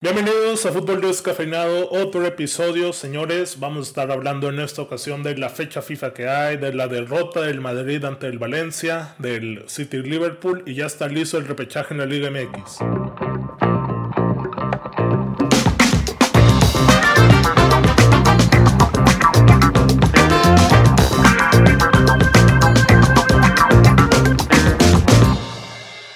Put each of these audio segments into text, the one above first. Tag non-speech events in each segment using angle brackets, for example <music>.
Bienvenidos a Fútbol Descafeinado, otro episodio, señores. Vamos a estar hablando en esta ocasión de la fecha FIFA que hay, de la derrota del Madrid ante el Valencia, del City Liverpool y ya está listo el repechaje en la Liga MX.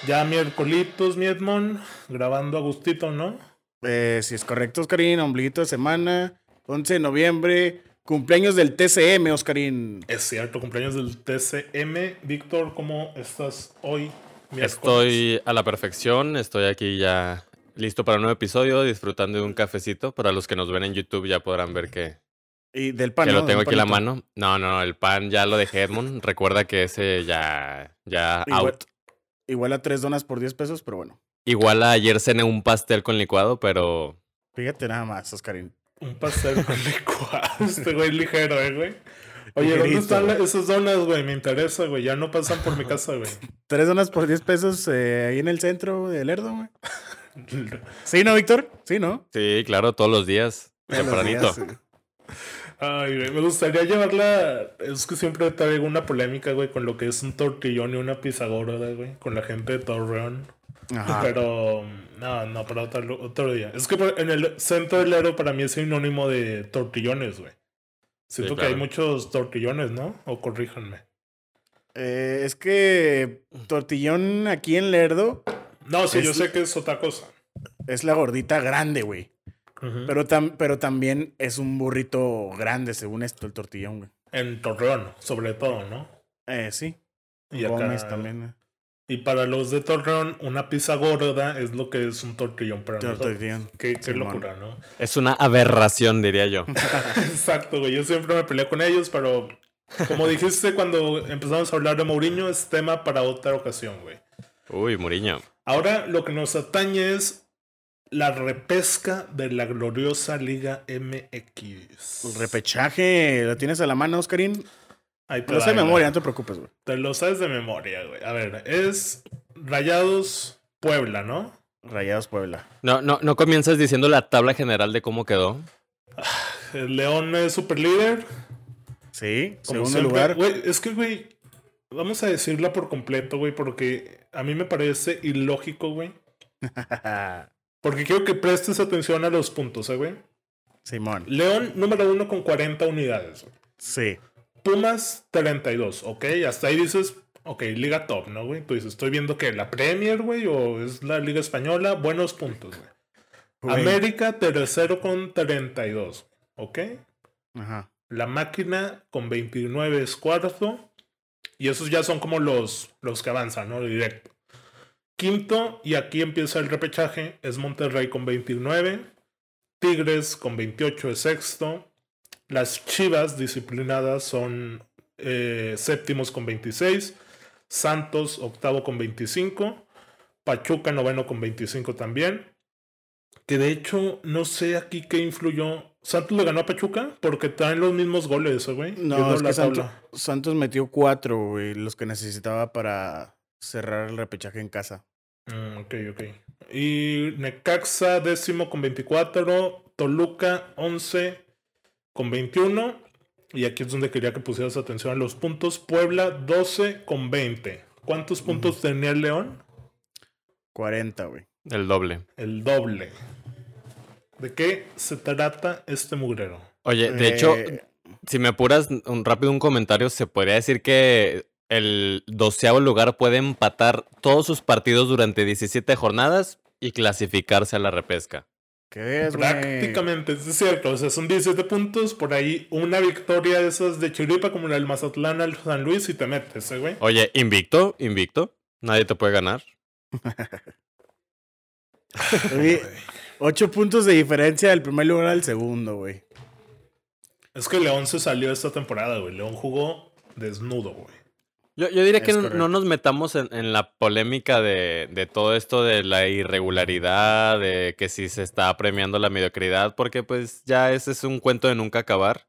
Ya miércolitos, mi Edmond, grabando a gustito, ¿no? Eh, si es correcto, Oscarín, ombliguito de semana, 11 de noviembre, cumpleaños del TCM, Oscarín. Es cierto, cumpleaños del TCM. Víctor, ¿cómo estás hoy? miércoles? Estoy a la perfección, estoy aquí ya listo para un nuevo episodio, disfrutando de un cafecito. Para los que nos ven en YouTube ya podrán ver que, Y del pan. que lo ¿no? tengo Del aquí en la panito. mano. No, no, no, el pan ya lo dejé Edmond. Recuerda que ese ya, ya Igual- out. Igual a tres donas por 10 pesos, pero bueno. Igual ayer cené un pastel con licuado, pero Fíjate nada más, Oscarín. Un pastel con <laughs> licuado. Este güey ligero, eh, güey. Oye, ¿dónde Ligerito, están la- güey. esas donas, güey? Me interesa, güey. Ya no pasan por mi casa, güey. Tres donas por 10 pesos eh, ahí en el centro del Erdo, güey. ¿Sí, no, Víctor? Sí, ¿no? sí, claro, todos los días. Todos los Tempranito. días, sí. Ay, güey. Me gustaría llevarla. Es que siempre traigo una polémica, güey, con lo que es un tortillón y una pizza gorda, güey. Con la gente de Torreón. Ajá. Pero, no, no, para otro, otro día. Es que por- en el centro del Ero para mí es sinónimo de tortillones, güey. Siento que hay claro. muchos tortillones, ¿no? O corríjanme. Eh, es que tortillón aquí en Lerdo No, sí, Es- yo sé que es otra cosa. es la gordita grande, güey. Ujú. Pero, tam- pero también es un burrito grande, según esto, el tortillón, güey. En Torreón, sobre todo, ¿no? Eh, sí. Y acá- Gómez también. eh. Y para los de Torreón, una pizza gorda es lo que es un tortillón para nosotros. Tortillón. Qué, qué Simón. locura, ¿no? <laughs> Es una aberración, <laughs> diría yo. Exacto, güey. Yo siempre me peleé con ellos, pero como dijiste cuando empezamos a hablar de Mourinho, es tema para otra ocasión, güey. Uy, Muriño. Ahora lo que nos atañe es la repesca de la gloriosa Liga MX. El repechaje, ¿lo tienes a la mano, Oscarín? Ahí te Lo sé de va, güey. memoria, no te preocupes, güey. Te lo sabes de memoria, güey. A ver, es Rayados Puebla, ¿no? Rayados Puebla. No, no, no comienzas diciendo la tabla general de cómo quedó. El León es super líder. Sí, Como siempre. segundo lugar. Güey, es que, güey, vamos a decirla por completo, güey, porque a mí me parece ilógico, güey. Porque quiero que prestes atención a los puntos, ¿eh, güey. Simón. León número uno con 40 unidades. güey. Sí. Pumas 32, ok. Hasta ahí dices, ok, liga top, ¿no, güey? Tú dices, estoy viendo que la Premier, güey, o es la liga española. Buenos puntos, güey. Güey. América tercero con 32, ok. Ajá. La máquina con 29 es cuarto. Y esos ya son como los, los que avanzan, ¿no? Directo. Quinto, y aquí empieza el repechaje, es Monterrey con 29. Tigres con 28 es sexto. Las Chivas disciplinadas son eh, séptimos con 26. Santos octavo con 25. Pachuca noveno con 25 también. Que de hecho, no sé aquí qué influyó. ¿Santos le ganó a Pachuca? Porque traen los mismos goles, eh, güey. No, Viendo es la que Santos, tabla. Santos metió cuatro, güey, los que necesitaba para cerrar el repechaje en casa. Mm, ok, ok. Y Necaxa décimo con 24. Toluca 11 con 21. Y aquí es donde quería que pusieras atención a los puntos. Puebla 12 con 20. ¿Cuántos puntos tenía el León? 40, güey. El doble. El doble. ¿De qué se trata este mugrero? Oye, de hecho, Eh, si me apuras un, rápido un comentario, se podría decir que el doceavo lugar puede empatar todos sus partidos durante 17 jornadas y clasificarse a la repesca. ¿Qué ves, güey? Prácticamente, es cierto. O sea, son 17 puntos. Por ahí una victoria de esas de Chiripa como la del Mazatlán al San Luis y te metes, eh, güey. Oye, invicto, invicto. Nadie te puede ganar. Oye, Ocho puntos de diferencia del primer lugar al segundo, güey. Es que León se salió esta temporada, güey. León jugó desnudo, güey. Yo, yo diría que Es no- no correcto. nos metamos en, en la polémica de, de todo esto de la irregularidad, de que si se está premiando la mediocridad, porque pues ya ese es un cuento de nunca acabar,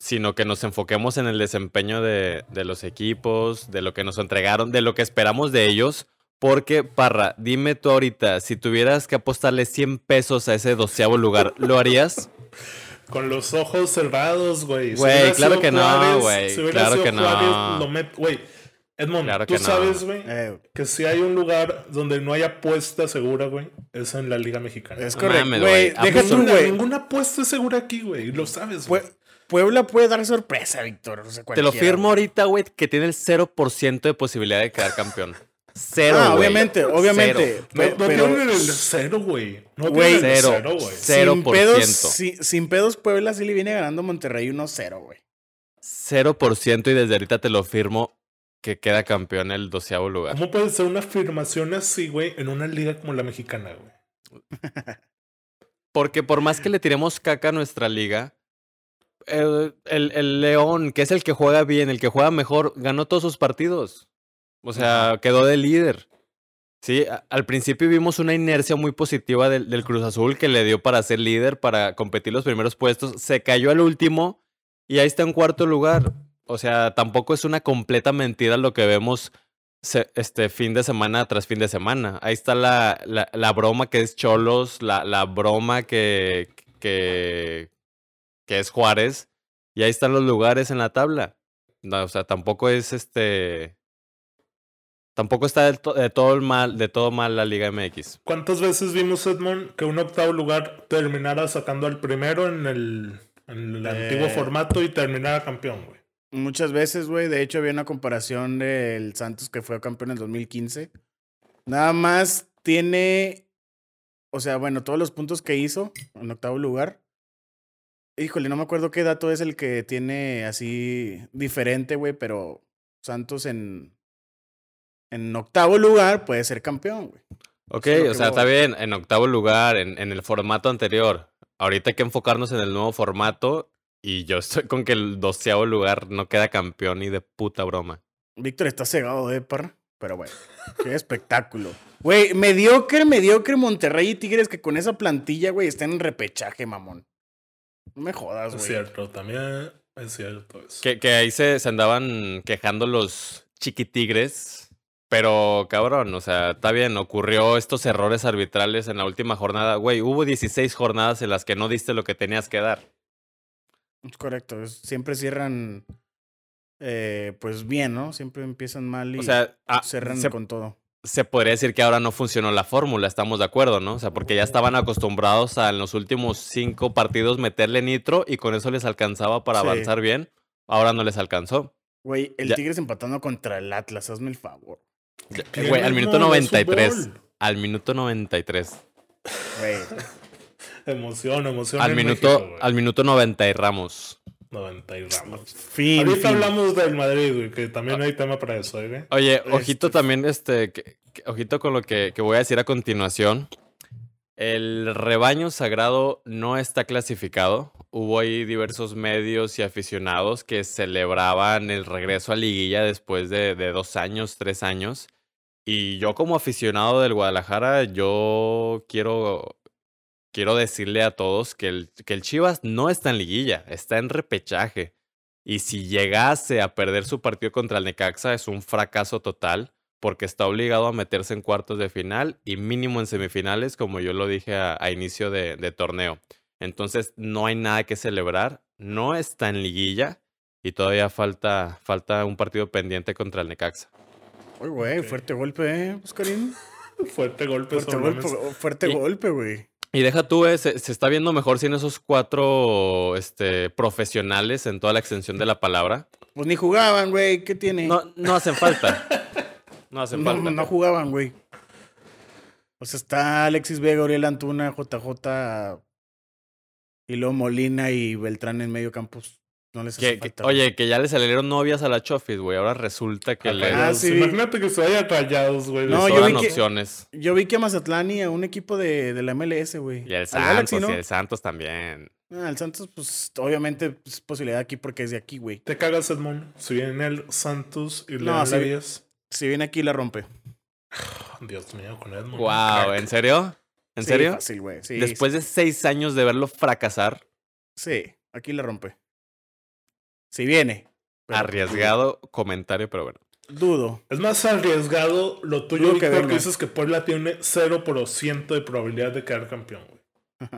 sino que nos enfoquemos en el desempeño de, de los equipos, de lo que nos entregaron, de lo que esperamos de ellos, Porque, Parra, dime tú ahorita, si tuvieras que apostarle 100 pesos a ese doceavo lugar, ¿lo harías? Con los ojos cerrados, güey. Si Güey, hubiera claro sido que no, Juárez- güey, si hubiera claro sido que no. Juárez, lo met- Güey, Edmond, Claro tú que no. sabes, güey, Eh, que si hay un lugar donde no hay apuesta segura, güey, es en la Liga Mexicana. es No correcto. mames, Güey, güey. deja tú, ninguna, güey. ninguna apuesta es segura aquí, güey. Lo sabes, güey. Pue- Puebla puede dar sorpresa, Víctor. o sea, Te lo cualquiera, firmo güey. ahorita, güey, que tiene el 0% de posibilidad de quedar campeón. <laughs> Cero, Ah, güey. obviamente, obviamente. Cero. No, Pe- no pero tienen el cero, güey. No Güey, tienen el cero. cero, güey. Cero. Sin 0%. pedos, si- sin pedos, Puebla sí le viene ganando a Monterrey 1-0, güey. 0% y desde ahorita te lo firmo que queda campeón el doceavo lugar. ¿Cómo puede ser una afirmación así, güey, en una liga como la mexicana, güey? Porque por más que le tiremos caca a nuestra liga, el, el- el León, que es el que juega bien, el que juega mejor, ganó todos sus partidos. O sea, quedó de líder. Sí, a- al principio vimos una inercia muy positiva del, del Cruz Azul que le dio para ser líder, para competir los primeros puestos. Se cayó al último y ahí está en cuarto lugar. O sea, tampoco es una completa mentira lo que vemos se- este fin de semana tras fin de semana. Ahí está la, la- la broma que es Cholos, la, la broma que, que, que es Juárez, y ahí están los lugares en la tabla. No, o sea, tampoco es este. Tampoco está del to- de, todo el mal, de todo mal la Liga MX. ¿Cuántas veces vimos, Edmond, que un octavo lugar terminara sacando al primero en el, en el Eh. antiguo formato y terminara campeón, güey? Muchas veces, güey. De hecho, había una comparación del Santos que fue campeón en el 2015. Nada más tiene. O sea, bueno, todos los puntos que hizo en octavo lugar. Híjole, no me acuerdo qué dato es el que tiene así diferente, güey, pero Santos en. En octavo lugar puede ser campeón, güey. Ok, es lo o que sea, está voy. bien, en octavo lugar, en, en el formato anterior. Ahorita hay que enfocarnos en el nuevo formato. Y yo estoy con que el doceavo lugar no queda campeón ni de puta broma. Víctor está cegado de parra, pero bueno, qué espectáculo. Güey, mediocre, mediocre Monterrey y Tigres que con esa plantilla, güey, están en repechaje, mamón. No me jodas, Es güey. cierto, también es cierto eso. Que, que ahí se, se andaban quejando los chiquitigres. Pero cabrón, o sea, está bien, ocurrió estos errores arbitrales en la última jornada. Güey, hubo 16 jornadas en las que no diste lo que tenías que dar. Es correcto, es- siempre cierran, eh, pues bien, ¿no? Siempre empiezan mal y O sea, ah, se, cerran con todo. se podría decir que ahora no funcionó la fórmula, estamos de acuerdo, ¿no? O sea, porque ya estaban acostumbrados a en los últimos cinco partidos meterle nitro y con eso les alcanzaba para Sí. avanzar bien. Ahora no les alcanzó. Güey, el ya- Tigres empatando contra el Atlas, hazme el favor. Ya- Tienen Güey, al minuto modo de fútbol. 93. Al minuto 93. <laughs> Güey, Emoción, emoción. Al en minuto, México, güey. al minuto 90 y Ramos. 90 y Ramos. fin. Ahorita fin. hablamos del Madrid, güey, que Ah. también hay tema para eso, ¿eh, güey. Oye, ojito Este- también, este, que- que- ojito con lo que, que voy a decir a continuación. El rebaño sagrado no está clasificado. Hubo ahí diversos medios y aficionados que celebraban el regreso a liguilla después de, de dos años, tres años. Y yo como aficionado del Guadalajara, yo quiero, quiero decirle a todos que el, que el Chivas no está en liguilla, está en repechaje. Y si llegase a perder su partido contra el Necaxa, es un fracaso total, porque está obligado a meterse en cuartos de final y mínimo en semifinales, como yo lo dije a, a inicio de, de torneo. Entonces, no hay nada que celebrar, no está en liguilla y todavía falta, falta un partido pendiente contra el Necaxa. Uy, güey, fuerte golpe, ¿eh, Oscarín? Fuerte golpe Fuerte sobre la golpe, mesa. fuerte Y- golpe, güey. Y deja tú, eh, se, se está viendo mejor sin esos cuatro este, profesionales en toda la extensión de la palabra. Pues ni jugaban, güey, ¿qué tiene? No, no hacen falta. <laughs> No hacen No, falta. no jugaban, güey. O sea, está Alexis Vega, Oriel Antuna, JJ, y luego Molina y Beltrán en medio campo. pues, No les hace Que- que- falta. güey. oye, que ya le salieron novias a la Chofis, güey. Ahora resulta que le Ah, Rayados. sí. Imagínate que se vaya rayados, güey. No, no, yo Sobran vi que- opciones. Yo vi que a Mazatlán y a un equipo de, de la MLS, güey. Y el Al Galaxy, Santos, ¿no? y el Santos también. Ah, el Santos, pues obviamente es posibilidad aquí porque es de aquí, güey. Te cagas, Edmond. Si viene el Santos y le No, dan sí. la 10. Si viene aquí, la rompe. Dios mío, con Edmond. Wow, crack. ¿en serio? ¿En Sí, serio? Fácil, güey. Sí, Después de seis años de verlo fracasar, Sí, aquí la rompe. Si viene. Pero- arriesgado comentario, pero bueno. Dudo. Es más arriesgado lo tuyo, Dudo Víctor, que que, venga. dices que Puebla tiene 0% de probabilidad de quedar campeón, güey.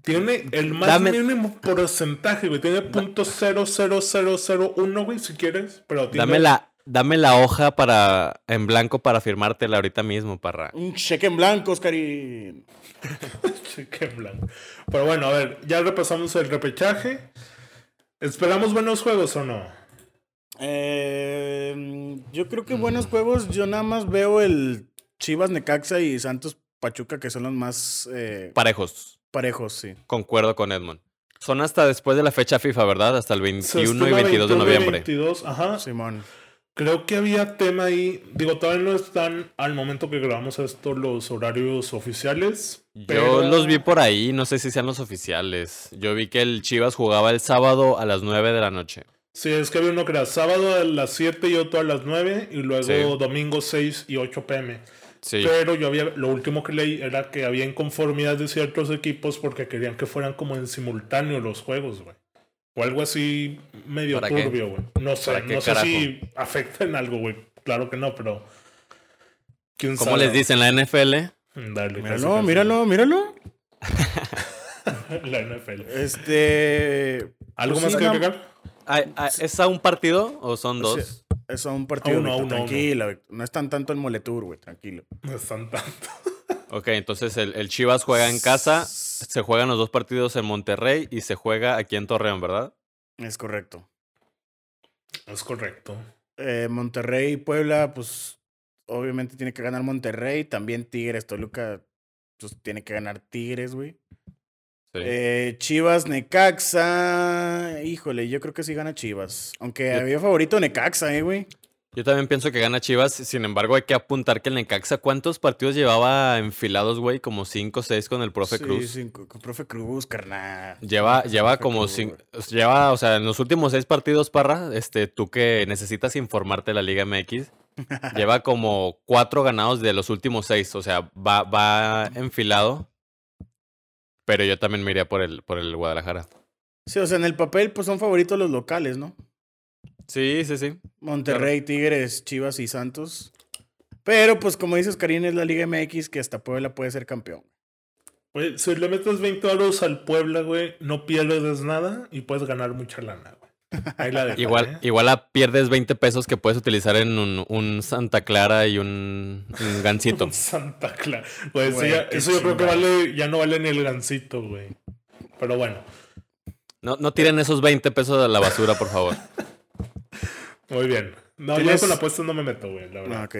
Tiene el más Dame- mínimo porcentaje, güey. Tiene punto güey, si quieres. Pero tiene- <laughs> Dame la, dame la hoja para, en blanco para firmártela ahorita mismo, parra. Un cheque en blanco, Oscarín. Sí, qué blanco. Pero bueno, a ver, ya repasamos el repechaje. ¿Esperamos buenos juegos o no? Eh, yo creo que buenos juegos. Yo nada más veo el Chivas Necaxa y Santos Pachuca, que son los más eh, Parejos. parejos, sí. Concuerdo con Edmond. Son hasta después de la fecha FIFA, ¿verdad? Hasta el 21 y Sextuna, 22 21 de y noviembre. 22, ajá. Simón. Creo que había tema ahí. Digo, todavía no están al momento que grabamos esto los horarios oficiales. Yo los vi por ahí, no sé si sean los oficiales. Yo vi que el Chivas jugaba el sábado a las 9 de la noche. Sí, es que había uno que era sábado a las 7 y otro a las 9 y luego Sí. domingo 6 y 8 pm. Sí. Pero yo había, lo último que leí era que había inconformidad de ciertos equipos porque querían que fueran como en simultáneo los juegos, güey. O algo así medio ¿Para qué? turbio, güey. No sé, ¿Para qué no sé si afecta en algo, güey. Claro que no, pero. ¿Quién ¿Cómo les dicen la NFL? Dale, casi, Míralo, casi. míralo, míralo. La NFL. Este. ¿Algo pues más sí, que no, agregar? Ay, ay, Ah, ¿Es a un partido o son O dos? sea, pues, eh, Es un partido. A uno, a Víctor, uno, a uno. tranquilo, Víctor. No es tan tanto el moletour, güey. Tranquilo. No están tanto. Ok, entonces el, el Chivas juega en casa, se juegan los dos partidos en Monterrey y se juega aquí en Torreón, ¿verdad? Es correcto. Es correcto. Eh, Monterrey y Puebla, pues obviamente tiene que ganar Monterrey. También Tigres, Toluca, pues tiene que ganar Tigres, güey. Sí. Eh, Chivas, Necaxa. Híjole, yo creo que sí gana Chivas. Aunque Yo- había favorito Necaxa, eh, güey. Yo también pienso que gana Chivas, sin embargo hay que apuntar que el Necaxa, ¿cuántos partidos llevaba enfilados, güey? Como cinco o seis con el profe Sí, Cruz. sí, con- con profe Cruz, carnal. Lleva, Con lleva profe como Cruz, cinco, güey. lleva, o sea, en los últimos seis partidos, Parra, este, tú que necesitas informarte de la <laughs> Liga MX, lleva como cuatro ganados de los últimos seis, o sea, va, va enfilado, pero yo también me iría por el, por el Guadalajara. Sí, o sea, en el papel, pues son favoritos los locales, ¿no? Sí, sí, sí. Monterrey, Tigres, Chivas y Santos. Pero, pues, como dices, Karim, es la Liga MX que hasta Puebla puede ser campeón. Güey, Pues, si le metes 20 euros al Puebla, güey, no pierdes nada y puedes ganar mucha lana, güey. Ahí la dejo, Igual, ¿eh? igual a- pierdes 20 pesos que puedes utilizar en un, un Santa Clara y un, un <laughs> gancito. Santa Clara. Güey, eso Güey, ya- qué eso yo creo que chingada. vale, ya no vale ni el gancito, güey. Pero bueno, No, no tiren esos 20 pesos a la basura, por favor. muy bien. No, yo ¿Tienes- con apuestas no me meto, güey, la Ah, verdad. ok.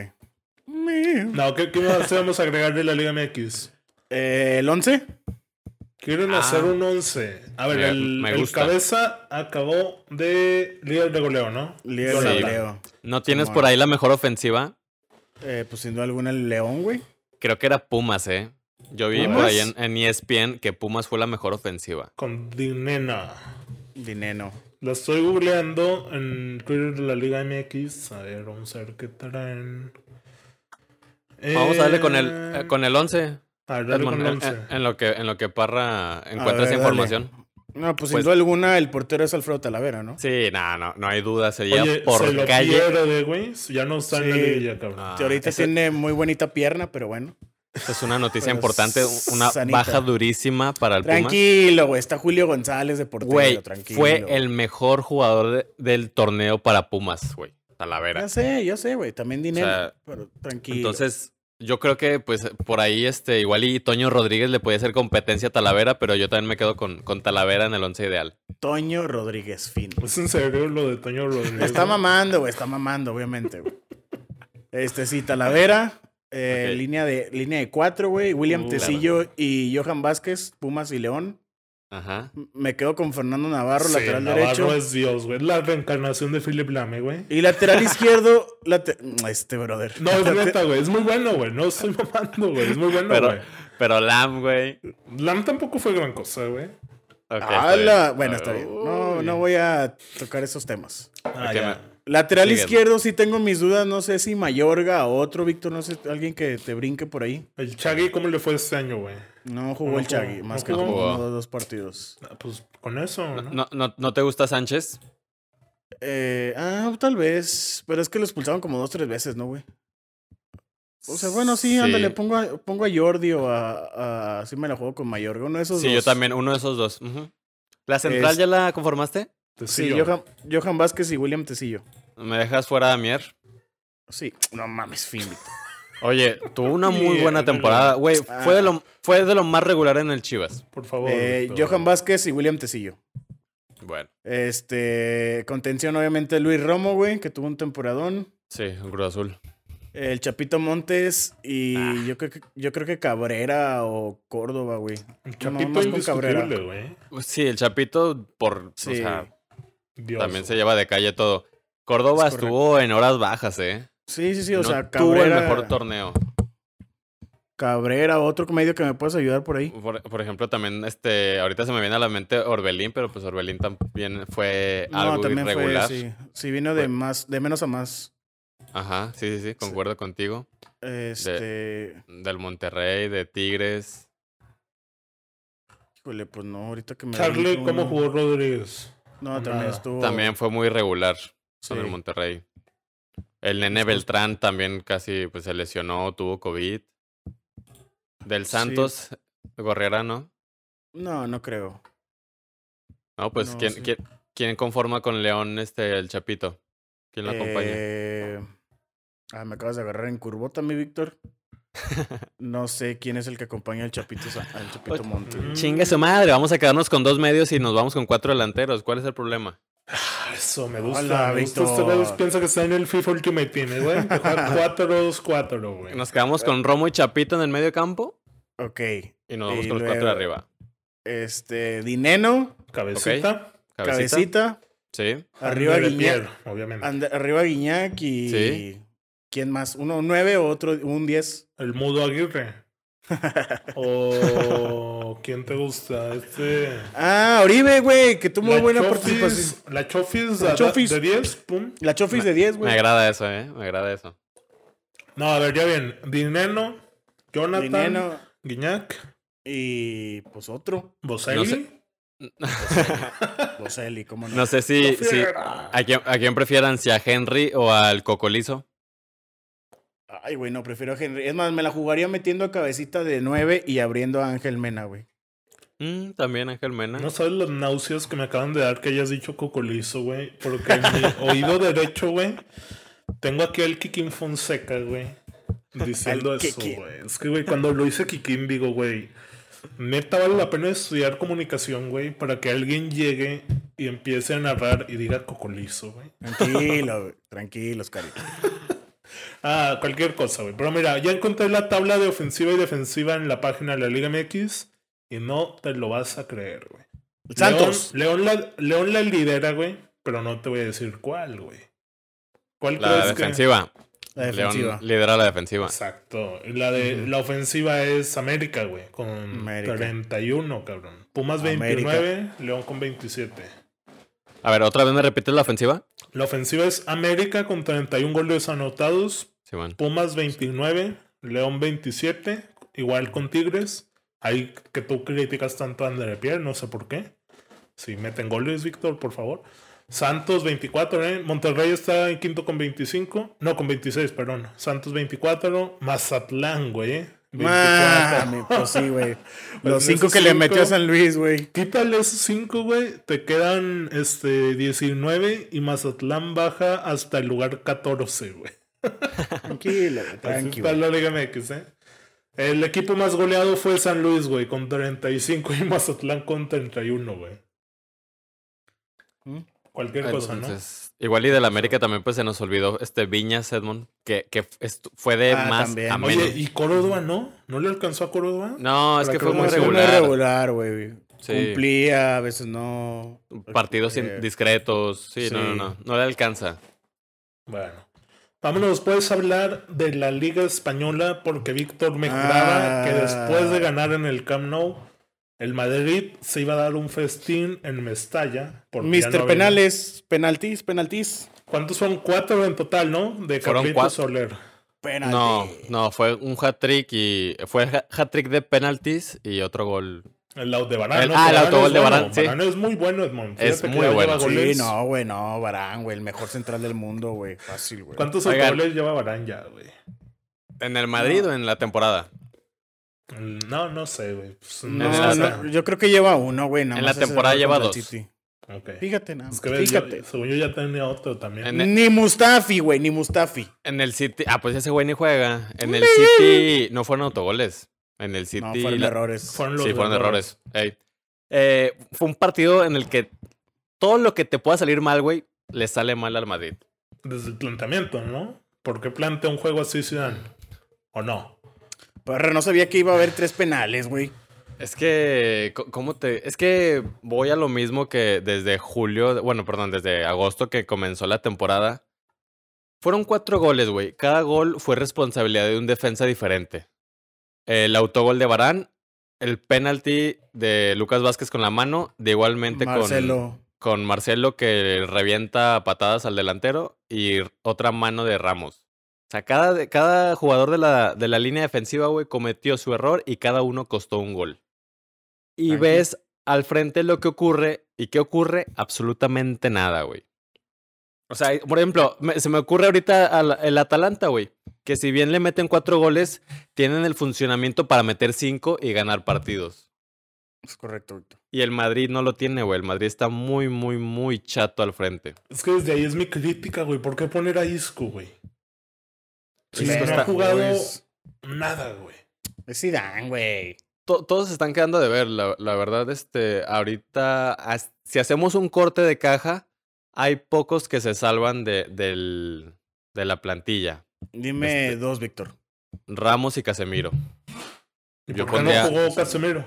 Me- No, ¿qué, qué más vamos a agregar de la Liga MX? Eh, ¿El 11? Quieren Ah. hacer un 11. A ver, Me- el, me el gusta. cabeza acabó de líder de goleo, ¿no? Líder Jonathan. de Leo. ¿No tienes Simón. por ahí la mejor ofensiva? Eh, pues, sin duda alguna, el León, güey. Creo que era Pumas, ¿eh? Yo vi por ahí en, ¿Pumas? en E ESPN que Pumas fue la mejor ofensiva. Con Dinena. Dineno. La estoy googleando en Twitter de la Liga MX. A ver, vamos a ver qué traen. Vamos a darle con el, Eh, eh, con el 11. a ver, dale con Edmond, eh, el en, 11. en- en lo que, en lo que Parra ver, encuentra esa dale. información. No, pues, sin Pues- duda alguna, el portero es Alfredo Talavera, ¿no? Sí, no, no, no hay duda. Sería Oye, se por lo calle. pierde, güey. Ya no está en la Sí. liguilla, cabrón. Ah, Que ahorita esa- tiene muy bonita pierna, pero bueno. esa es una noticia Pues, pero importante, un- una sanita. baja durísima para el Pumas. Tranquilo, güey. Está Julio González de portero, Güey, tranquilo. fue el mejor jugador de- del torneo para Pumas, güey. Talavera. Ya sé, ya sé, güey. También dinero. sea, pero tranquilo. Entonces, yo creo que, pues, por ahí, este, igual y Toño Rodríguez le podía hacer competencia a Talavera, pero yo también me quedo con, con Talavera en el once ideal. Toño Rodríguez Fin. Pues, Es en serio lo de Toño Rodríguez. Está güey? mamando, güey. Está mamando, obviamente, güey. Este sí, Talavera. eh, Ok. línea, de, línea de cuatro, güey. William Uh, Tecillo y Johan Vázquez, Pumas y León. Ajá. M- Me quedo con Fernando Navarro, Sí, lateral Navarro derecho. es Dios, güey. Es La reencarnación de Philip Lame, güey. Y lateral izquierdo, late- este brother. No, es neta, güey. Es muy bueno, güey. No estoy mamando, güey. Es muy bueno, Pero, güey. pero Lam, güey. Lam tampoco fue gran cosa, güey. Ok, está bien. Ala, Bueno, está Uy. bien. No, no voy a tocar esos temas. Ah, Ok, ya. me- Lateral Siguiente. izquierdo, sí tengo mis dudas. No sé si Mayorga o otro, Víctor, no sé, alguien que te brinque por ahí. El Chagui, ¿cómo le fue este año, güey? No jugó No el jugó, Chagui, no más jugó. que jugó uno o dos partidos. Ah, Pues con eso, ¿no? ¿No, no, no te gusta Sánchez? Eh, ah, tal vez. Pero es que lo expulsaron como dos, tres veces, ¿no, güey? O sea, bueno, sí, ándale, pongo a, pongo a Jordi o a, a. Sí, me la juego con Mayorga. Uno de esos Sí, dos. Este yo también, uno de esos dos. Ujú. ¿La central Es- ya la conformaste? Sí, Tecillo. Johan, Johan Vázquez y William Tecillo. ¿Me dejas fuera a Mier? Sí, no mames, fin. Víctor. Oye, tuvo una muy Sí, eh, buena no, temporada. no. Güey, Ah. fue, de lo, fue de lo más regular en el Chivas. Por favor. Eh, Víctor. Johan Vázquez y William Tecillo. Bueno, Este, contención obviamente Luis Romo, güey, que tuvo un temporadón. sí, un Cruz Azul. El Chapito Montes y Ah. yo, creo que, yo creo que Cabrera o Córdoba, güey. El No, Chapito más con Cabrera. indiscutible, güey. Sí, el Chapito, por. O Sí. sea, Dios. también se lleva de calle todo. Córdoba Es correcto. estuvo en horas bajas, ¿eh? Sí, sí, sí, o No sea, tuvo el Cabrera. mejor torneo. Cabrera, otro medio que me puedas ayudar por ahí. Por, por ejemplo, también, este, ahorita se me viene a la mente Orbelín, pero pues Orbelín también fue algo irregular. sí. Sí, vino de Fue- más, de menos a más. Ajá, sí, sí, sí, concuerdo contigo. Este, Del Monterrey, de Tigres. híjole, pues no, ahorita que me. Charlie, uno- ¿cómo jugó Rodríguez? No, también Nada. estuvo. También fue muy irregular. Oh. sí. con el Monterrey. El nene Estos- Beltrán también casi pues, se lesionó, tuvo COVID. Del Sí. Santos, Gorrera, ¿no? No, no creo. No, pues No, ¿quién, sí. quién, quién conforma con León este, el Chapito? ¿Quién lo acompaña? Eh, Ah, me acabas de agarrar en curvota, mi <laughs> Víctor. No sé quién es el que acompaña al Chapito, Sa- al Chapito Montes. mm. Chingue su madre, vamos a quedarnos con dos medios y nos vamos con cuatro delanteros. ¿Cuál es el problema? Ah, Eso me gusta. Hola, me gusta. Víctor. Ustedes piensan que está en el FIFA Ultimate Team, güey. <laughs> 4-2-4, güey. Nos quedamos con Romo y Chapito en el medio campo Ok. y nos vamos Y con los cuatro de luego- arriba. Este, Dineno, Cabecita. Cabecita, Sí. arriba Ander de Guiñac, Pierre, obviamente. and- arriba Guiñac y Sí. ¿quién más? ¿Uno nueve o otro un diez? El mudo <laughs> Aguirre. o quién te gusta? Este. Ah, Oribe, güey, que tuvo muy La buena Chofis- participación. La Chofis, La a- Chofis. de 10, pum. La Chofis de 10, Me güey. agrada eso, ¿eh? Me agrada eso. No, a ver, ya bien. Dineno, Jonathan, Dineno Guiñac, y pues otro, Boselli. No sé. Boselli, cómo no. No sé si, Sofía si- Herrera. a, quién, a quién prefieran, si a Henry o al Cocolizo. Ay, güey, no, prefiero a Henry. Es más, me la jugaría metiendo a cabecita de 9 y abriendo a Ángel Mena, güey. Mm, también Ángel Mena. No sabes las náuseas que me acaban de dar que hayas dicho cocolizo, güey. Porque en <laughs> mi oído derecho, güey, tengo aquí al Kikín Fonseca, güey. Diciendo Al eso, Kikín. güey. Es que, güey, cuando lo hice Kikín, digo, güey, neta vale la pena estudiar comunicación, güey, para que alguien llegue y empiece a narrar y diga cocolizo, güey. Tranquilo, güey. Tranquilos, carito. Ah, cualquier cosa, güey. Pero mira, ya encontré la tabla de ofensiva y defensiva en la página de la Liga MX y no te lo vas a creer, güey. Santos. León, León la, León la lidera, güey, pero no te voy a decir cuál, güey. ¿Cuál La crees defensiva. La defensiva. León lidera la que? defensiva. Exacto. La de Ujú. la ofensiva es América, güey, con América. 31, cabrón. Pumas América. 29, León con 27. A ver, ¿otra vez me repites la ofensiva? La ofensiva es América con 31 goles anotados, Sí, bueno. Pumas 29, León 27, igual con Tigres. Ahí que tú criticas tanto a André Pierre, no sé por qué. Si meten goles, Víctor, por favor. Santos 24, ¿eh? Monterrey está en quinto con 25. No, con 26, perdón. Santos 24, Mazatlán, güey. ¿eh? 24. Mami, pues sí, güey. Pues Los de cinco esos que le metió a cinco- San <laughs> Luis, güey. Quítale esos 5, güey. Te quedan este 19 y Mazatlán baja hasta el lugar 14, güey. Tranquilo, güey, Así tranqui, Pues está güey. la Liga MX, ¿eh? El equipo más goleado fue San Luis, güey, con 35 y Mazatlán con 31, güey. ¿Mm? Cualquier cosa, ¿no? Ah, Entonces, igual y del América también pues se nos olvidó este Viñas Edmond, que, que estu- fue de Ah, más también. a Oye, menos. ¿y Córdoba no? ¿No le alcanzó a Córdoba? No, es para que que fue lo muy mencionen, regular. regular, güey. Sí. Cumplía, a veces no. Partidos in- Eh, discretos. Sí, no, no, sí. no. No le alcanza. Bueno. Vámonos, puedes hablar de la Liga Española porque Víctor me juraba Ah. que después de ganar en el Camp Nou, el Madrid se iba a dar un festín en Mestalla. porque ya no Mister había- Penales, penaltis, penaltis. ¿Cuántos son? Cuatro en total, ¿no? De Fueron Carlitos cuatro. Soler. Penaltis. No, no, fue un hat-trick y fue ha- hat-trick de penaltis y otro gol El autobarán. El- ah, el autogol de Varane, sí. Varane es muy bueno, Edmond. Es Fíjate que muy ya lleva bueno. Sí, goles. no, güey, no, Barán, güey, el mejor central del mundo, güey. Fácil, güey. ¿Cuántos Oigan. autogoles lleva Varane ya, güey? ¿En el Madrid o en la temporada? Mm, No, no sé, güey. Pues, No, En la- no, yo creo que lleva uno, güey. nada En la más ese temporada gol lleva contra el dos. City. Ok. Fíjate, nada Es más. que ves, yo- Fíjate. según yo ya tenía otro también. En el- Ni Mustafi, güey, ni Mustafi. En el City. Ah, pues ese güey ni juega. En <laughs> el City no fueron autogoles. En el City. No, fueron la- errores. Fueron Sí, fueron errores. Ey. Eh, fue un partido en el que todo lo que te pueda salir mal, güey, le sale mal al Madrid. Desde el planteamiento, ¿no? ¿Por qué plantea un juego así, Zidane? ¿O no? Pero no sabía que iba a haber tres penales, güey. Es que, co- ¿cómo te...? Es que voy a lo mismo que desde julio, bueno, perdón, desde agosto que comenzó la temporada. Fueron cuatro goles, güey. Cada gol fue responsabilidad de un defensa diferente. El autogol de Barán, el penalti de Lucas Vázquez con la mano, de igualmente con, Marcelo. con Marcelo que revienta a patadas al delantero y r- otra mano de Ramos. O sea, cada, de- cada jugador de la, de la línea defensiva, güey, cometió su error y cada uno costó un gol. Y Tranqui. ves al frente lo que ocurre y qué ocurre, absolutamente nada, güey. O sea, y- por ejemplo, me- se me ocurre ahorita al- el Atalanta, güey, que si bien le meten cuatro goles, tienen el funcionamiento para meter cinco y ganar partidos. Es correcto, Víctor. Y el Madrid no lo tiene, güey. El Madrid está muy, muy, muy chato al frente. Es que desde ahí es mi crítica, güey. ¿Por qué poner a Isco, güey? Si Isco no está- ha jugado Es, nada, güey. es Zidane, güey. To- todos se están quedando de ver, la, la verdad, este, ahorita, as- si hacemos un corte de caja, hay pocos que se salvan de, del- de la plantilla. Dime Este- dos, Víctor. Ramos y Casemiro. ¿Y por Yo qué pondría- no jugó Casemiro?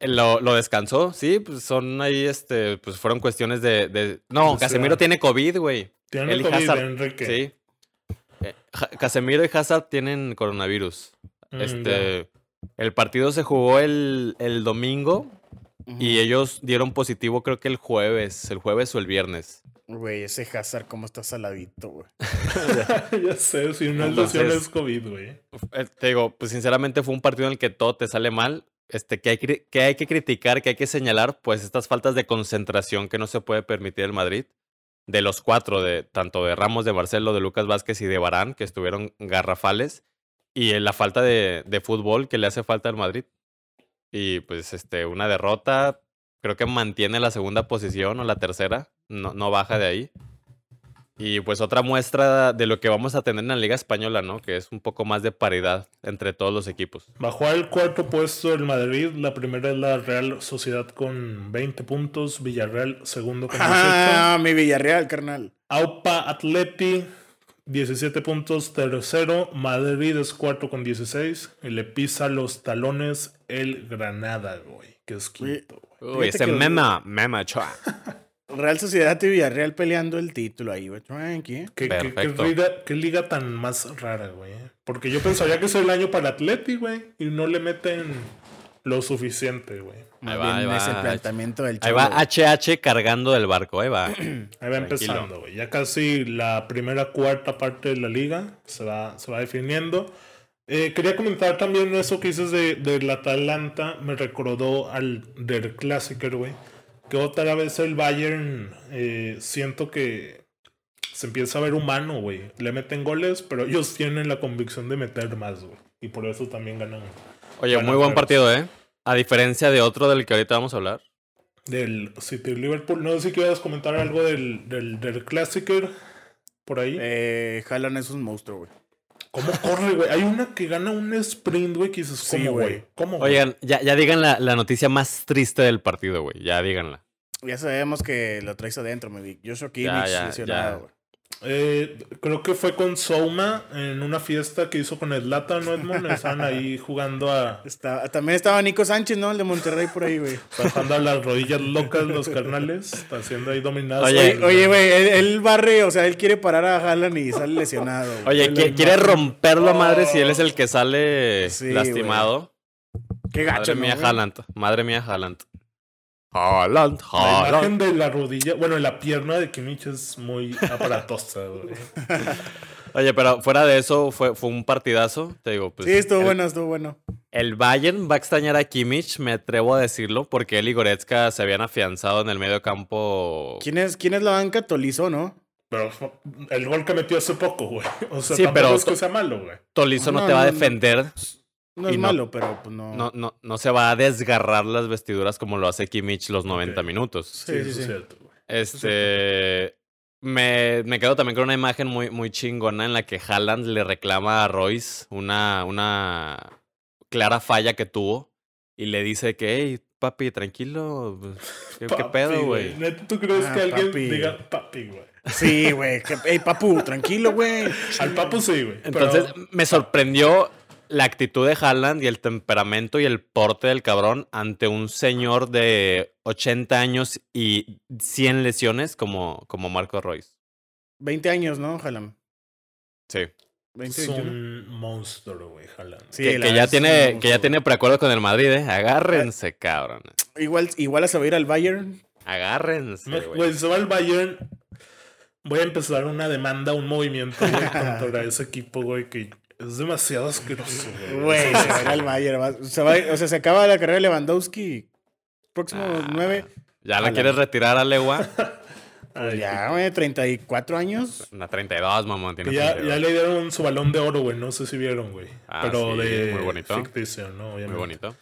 Eh, Lo, lo descansó, sí, pues son ahí, este, pues fueron cuestiones de... de- No, Pues, Casemiro claro. tiene COVID, güey. Tiene Eli el COVID Hazard, de Enrique. Sí. Eh, Ja- Casemiro y Hazard tienen coronavirus. Mm, ya. Este, el partido se jugó el, el domingo y ellos dieron positivo creo que el jueves, el jueves o el viernes. Güey, ese Hazard, cómo está saladito, güey. <laughs> ya sé, si no es lesión Entonces- es COVID, güey. Uf, eh, Te digo, pues sinceramente fue un partido en el que todo te sale mal, este, que, hay, cri- que hay que criticar, que hay que señalar, pues estas faltas de concentración que no se puede permitir el Madrid, de los cuatro, de, tanto de Ramos, de Marcelo, de Lucas Vázquez y de Barán, que estuvieron garrafales, y eh, la falta de, de fútbol que le hace falta al Madrid. Y pues este, una derrota, creo que mantiene la segunda posición o la tercera, no, no baja de ahí. Y pues otra muestra de lo que vamos a tener en la Liga Española, ¿no? Que es un poco más de paridad entre todos los equipos. Bajó al cuarto puesto el Madrid. La primera es la Real Sociedad con 20 puntos. Villarreal, segundo con 18. Ah, mi Villarreal, carnal. Aupa Atleti, 17 puntos, tercero. Madrid es cuarto con 16. Y le pisa los talones el Granada, güey. Que es Güey, quinto, güey. Uy, Fíjate ese que- mema, mema, chua. Real Sociedad y Villarreal peleando el título ahí, güey. Tranqui. ¿eh? ¿Qué, qué- qué Perfecto. liga, qué liga tan más rara, güey? Porque yo pensaría que es el año para Atleti, güey. Y no le meten lo suficiente, güey. Más Ahí va, bien ahí es el va. planteamiento del Ahí chavo. va HH cargando del barco, ahí va. Ahí va Tranquilo. empezando, güey. Ya casi la primera cuarta parte de la liga se va, se va definiendo. Eh, quería comentar también eso que dices de, del Atalanta. Me recordó al del Clásico, güey. Que otra vez el Bayern eh, siento que se empieza a ver humano, güey. Le meten goles, pero ellos tienen la convicción de meter más, güey. Y por eso también ganan. Oye, Bueno, muy buen claro. partido, ¿eh? A diferencia de otro del que ahorita vamos a hablar. Del City Liverpool. No sé si quieres comentar algo del, del, del Clásico por ahí. Eh, Haaland es un monstruo, güey. ¿Cómo corre, güey? Hay una que gana un sprint, güey, que dices, Sí, ¿cómo, güey. güey? ¿Cómo, güey? Oigan, ya, ya digan la, la noticia más triste del partido, güey. Ya díganla. Ya sabemos que lo traes adentro, me Vic. Joshua Ya, Kimmich ya, lesionado, ya. güey. Eh, creo que fue con Souma en una fiesta que hizo con el Lata, ¿no, Edmond? Estaban ahí jugando a... Está- también estaba Nico Sánchez, ¿no? El de Monterrey por ahí, <laughs> güey. Bajando a las rodillas locas los carnales. Está siendo ahí dominados. Oye, por el- Oye, güey, él, él barre, o sea, él quiere parar a Haaland y sale lesionado. güey. Oye, Elon qui- quiere Musk. romperlo a madre si él es Oh. el que sale Sí, güey. lastimado. qué gacho, Madre ¿no, mía, güey? Haaland. Madre mía, Haaland. Haaland, La Haaland. imagen de la rodilla, bueno, la pierna de Kimmich es muy aparatosa, güey. Oye, pero fuera de eso, fue, fue un partidazo. Te digo, pues. Sí, estuvo el, bueno, estuvo bueno. El Bayern va a extrañar a Kimmich, me atrevo a decirlo, porque él y Goretzka se habían afianzado en el medio campo. ¿Quién es, quién es la banca? Tolizo, ¿no? Pero fue- el gol que metió hace poco, güey. O sea, Sí, tampoco pero es to- que sea malo, güey. Tolizo no, No, te va a no, no. defender, No es Y no. malo, pero pues no. no, no, no se va a desgarrar las vestiduras como lo hace Kimmich los 90 Ok. minutos. Sí, sí, eso sí. es cierto, güey. Este. Me, me quedo también con una imagen muy, muy chingona en la que Haaland le reclama a Royce una, una clara falla que tuvo y le dice que, hey, papi, tranquilo, <laughs> pues, ¿qué, qué Papi, pedo, güey? ¿Neta ¿Tú crees Ah, que alguien papi. diga papi, güey? Sí, güey. que- Ey, papu, tranquilo, <laughs> güey. Al papu sí, güey. pero- Entonces me sorprendió la actitud de Haaland y el temperamento y el porte del cabrón ante un señor de 80 años y 100 lesiones como, como Marco Royce. 20 años, ¿no? Ojalá. Sí. 20 es años. un monstruo, güey, Haaland. Sí, que, la verdad que ya es que sí tiene, me que ya gustó. tiene preacuerdo con el Madrid, ¿eh? Agárrense, cabrón. Igual, igual se va a ir al Bayern. Me- Agárrense, güey. Güey, se va al Bayern. Voy a empezar una demanda, un movimiento, <laughs> güey, contra ese equipo, güey, que es demasiado asqueroso, güey. <laughs> Güey, se va a ir al Bayern. va- se va a ir- o sea, se acaba la carrera de Lewandowski. Próximo Ah, 9. ¿Ya la Ojalá. quieres retirar <laughs> a Legua? Ay, Ya, güey, 34 años. Una 32, mamón. que Tiene Ya, 32. ya le dieron su balón de oro, güey. No sé si vieron, güey. Ah, Pero sí, de muy bonito. ficticio, ¿no? Obviamente. Muy bonito.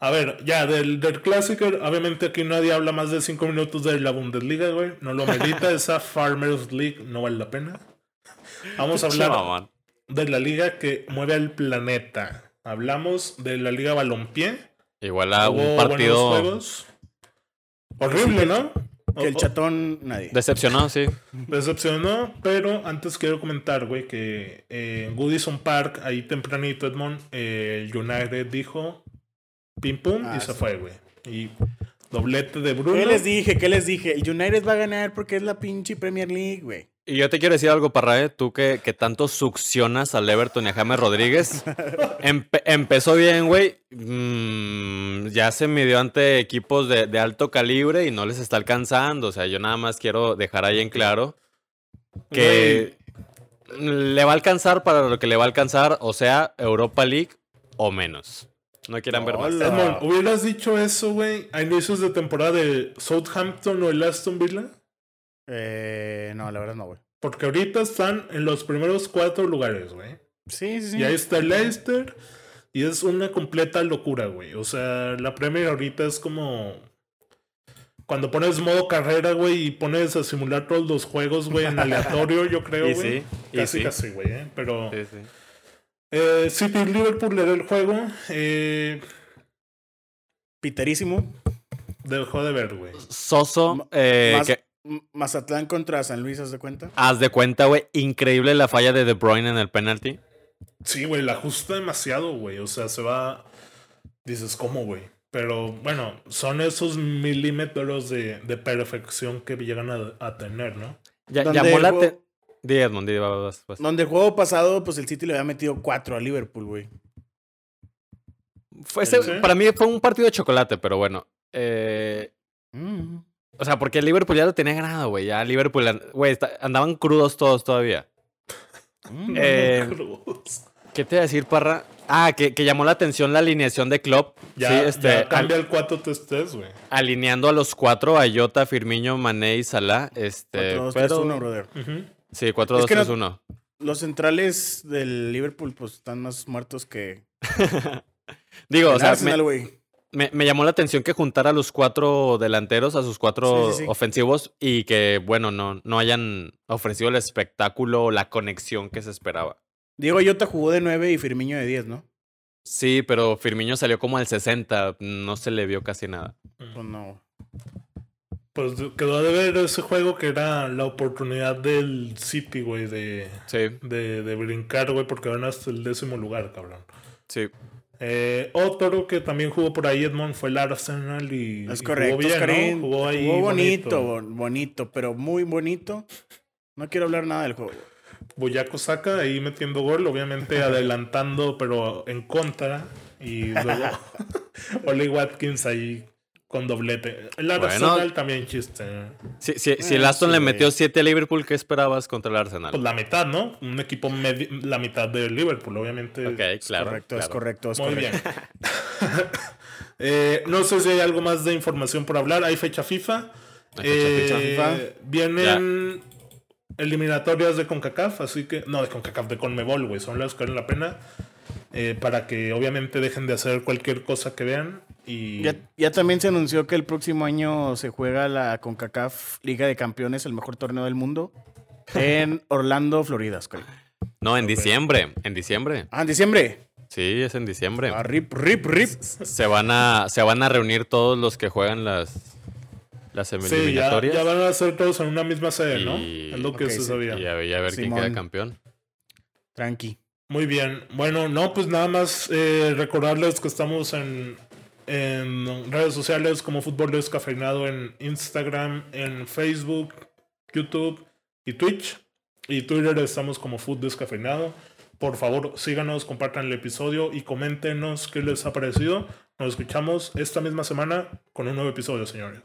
A ver, ya, del, del clásico, obviamente aquí nadie habla más de 5 minutos de la Bundesliga, güey. No lo <laughs> merita, esa Farmers League no vale la pena. Vamos a hablar Mamón. de la liga que mueve al planeta. Hablamos de la liga balompié. Igual a Hubo Ah, un buenos partido juegos. Horrible, ¿no? Que el O- o- chatón, nadie. decepcionado, sí. Decepcionó, pero antes quiero comentar, güey, que eh, en Goodison Park, ahí tempranito, Edmond, eh, el United dijo pim pum Ah, y se sí. fue, güey. Y doblete de Bruno. ¿Qué les dije? ¿Qué les dije? El United va a ganar porque es la pinche Premier League, güey. Y yo te quiero decir algo, Parrae, tú que, que tanto succionas al Everton y a James <laughs> Rodríguez. Empe- empezó bien, güey. Mm, ya se midió ante equipos de, de alto calibre y no les está alcanzando. O sea, yo nada más quiero dejar ahí en claro Pues que le va a alcanzar para lo que le va a alcanzar, o sea, Europa League o menos. No quieran ver más. Hola. Edmond, ¿hubieras dicho eso, güey, a inicios de temporada de Southampton o el Aston Villa? Eh, no, la verdad no, güey. Porque ahorita están en los primeros cuatro lugares, güey. Sí, sí, sí. Y ahí está el Leicester. Y es una completa locura, güey. O sea, la Premier ahorita es como. Cuando pones modo carrera, güey, y pones a simular todos los juegos, güey, en aleatorio, yo creo, <laughs> Y güey. sí, y Casi, sí. casi, güey, ¿eh? Pero. Sí, sí. Eh, City Liverpool le da el juego. Eh, Piterísimo. dejó de ver, güey. Soso, eh, Maz- que M- Mazatlán contra San Luis, ¿haz de cuenta? haz de cuenta, güey, increíble la falla de De Bruyne en el penalti. Sí, güey, la ajusta demasiado, güey. O sea, se va. Dices, ¿cómo, güey? Pero bueno, son esos milímetros de, de perfección que llegan a, a tener, ¿no? Ya, Donde llamó la el te- juego- Di, Edmond, di, va, vas, vas. Donde el juego pasado, pues el City le había metido cuatro a Liverpool, güey. Fue ese- Sí. Para mí fue un partido de chocolate, pero bueno. Eh, Mm. o sea, porque el Liverpool ya lo tenía ganado, güey. Ya Liverpool, an- güey, está- andaban crudos todos todavía. Mm. Este, Eh, ¿Qué te iba a decir, Parra? Ah, que, que llamó la atención la alineación de Klopp. Ya, sí, este, ya al- cambia el 4 testes, güey. alineando a los cuatro, a Jota, Firmino, Mané y Salah. Este, Cuatro, dos, tres, pero- uno, brother. Ujú. Sí, 4, Es 2, que no- 3, 1. Los centrales del Liverpool, pues están más muertos que. Digo, el o sea, me, Arsenal, güey. Me, me llamó la atención que juntara a los cuatro delanteros, a sus cuatro Sí, sí, sí. ofensivos, y que, bueno, no, no hayan ofrecido el espectáculo o la conexión que se esperaba. Diego Ayota jugó de 9 y Firmiño de 10, ¿no? Sí, pero Firmino salió como al 60, no se le vio casi nada. Pues no. Pues quedó de ver ese juego que era la oportunidad del City, güey, de, Sí, de, de brincar, güey, porque van hasta el décimo lugar, cabrón. sí. Eh, otro que también jugó por ahí, Edmond, fue el Arsenal y, Es y correcto, jugó bien, ¿no? Oscarín. Jugó ahí Jugó bonito, bonito. bon- bonito, pero muy bonito. No quiero hablar nada del juego. Boyaco saca ahí metiendo gol, <laughs> obviamente <laughs> adelantando, pero en contra. Y luego Ole Watkins ahí con doblete. El Arsenal Bueno. también chiste. Si, si, si el Ah, Aston sí, le güey. metió 7 a Liverpool, ¿qué esperabas contra el Arsenal? Pues la mitad, ¿no? Un equipo medi- la mitad de Liverpool, obviamente. ok, claro. correcto, es claro. correcto, es Pues Muy correcto. bien. <laughs> Eh, no sé si hay algo más de información por hablar. Hay fecha FIFA. Hay fecha Eh, FIFA. FIFA. Vienen eliminatorias de CONCACAF, así que. No, de CONCACAF, de CONMEBOL, güey. Son las que valen la pena. eh, para que obviamente dejen de hacer cualquier cosa que vean. Y. Ya, ya también se anunció que el próximo año se juega la CONCACAF Liga de Campeones, el mejor torneo del mundo, en Orlando, Florida. Oscar. No, en diciembre. En diciembre. Ah, en diciembre. Sí, es en diciembre. Ah, rip, rip, rip. Se van a, se van a reunir todos los que juegan las, las Sí, ya, eliminatorias. ya van a ser todos en una misma sede, ¿no? Y- Es lo que Ok, se sí. sabía. Y a ver, y a ver quién Simón. queda campeón. Tranqui. Muy bien. Bueno, no, pues nada más eh, recordarles que estamos en, en redes sociales como Fútbol Descafeinado en Instagram, en Facebook, YouTube y Twitch. Y Twitter estamos como Food Descafeinado. Por favor, síganos, compartan el episodio y coméntenos qué les ha parecido. Nos escuchamos esta misma semana con un nuevo episodio, señores.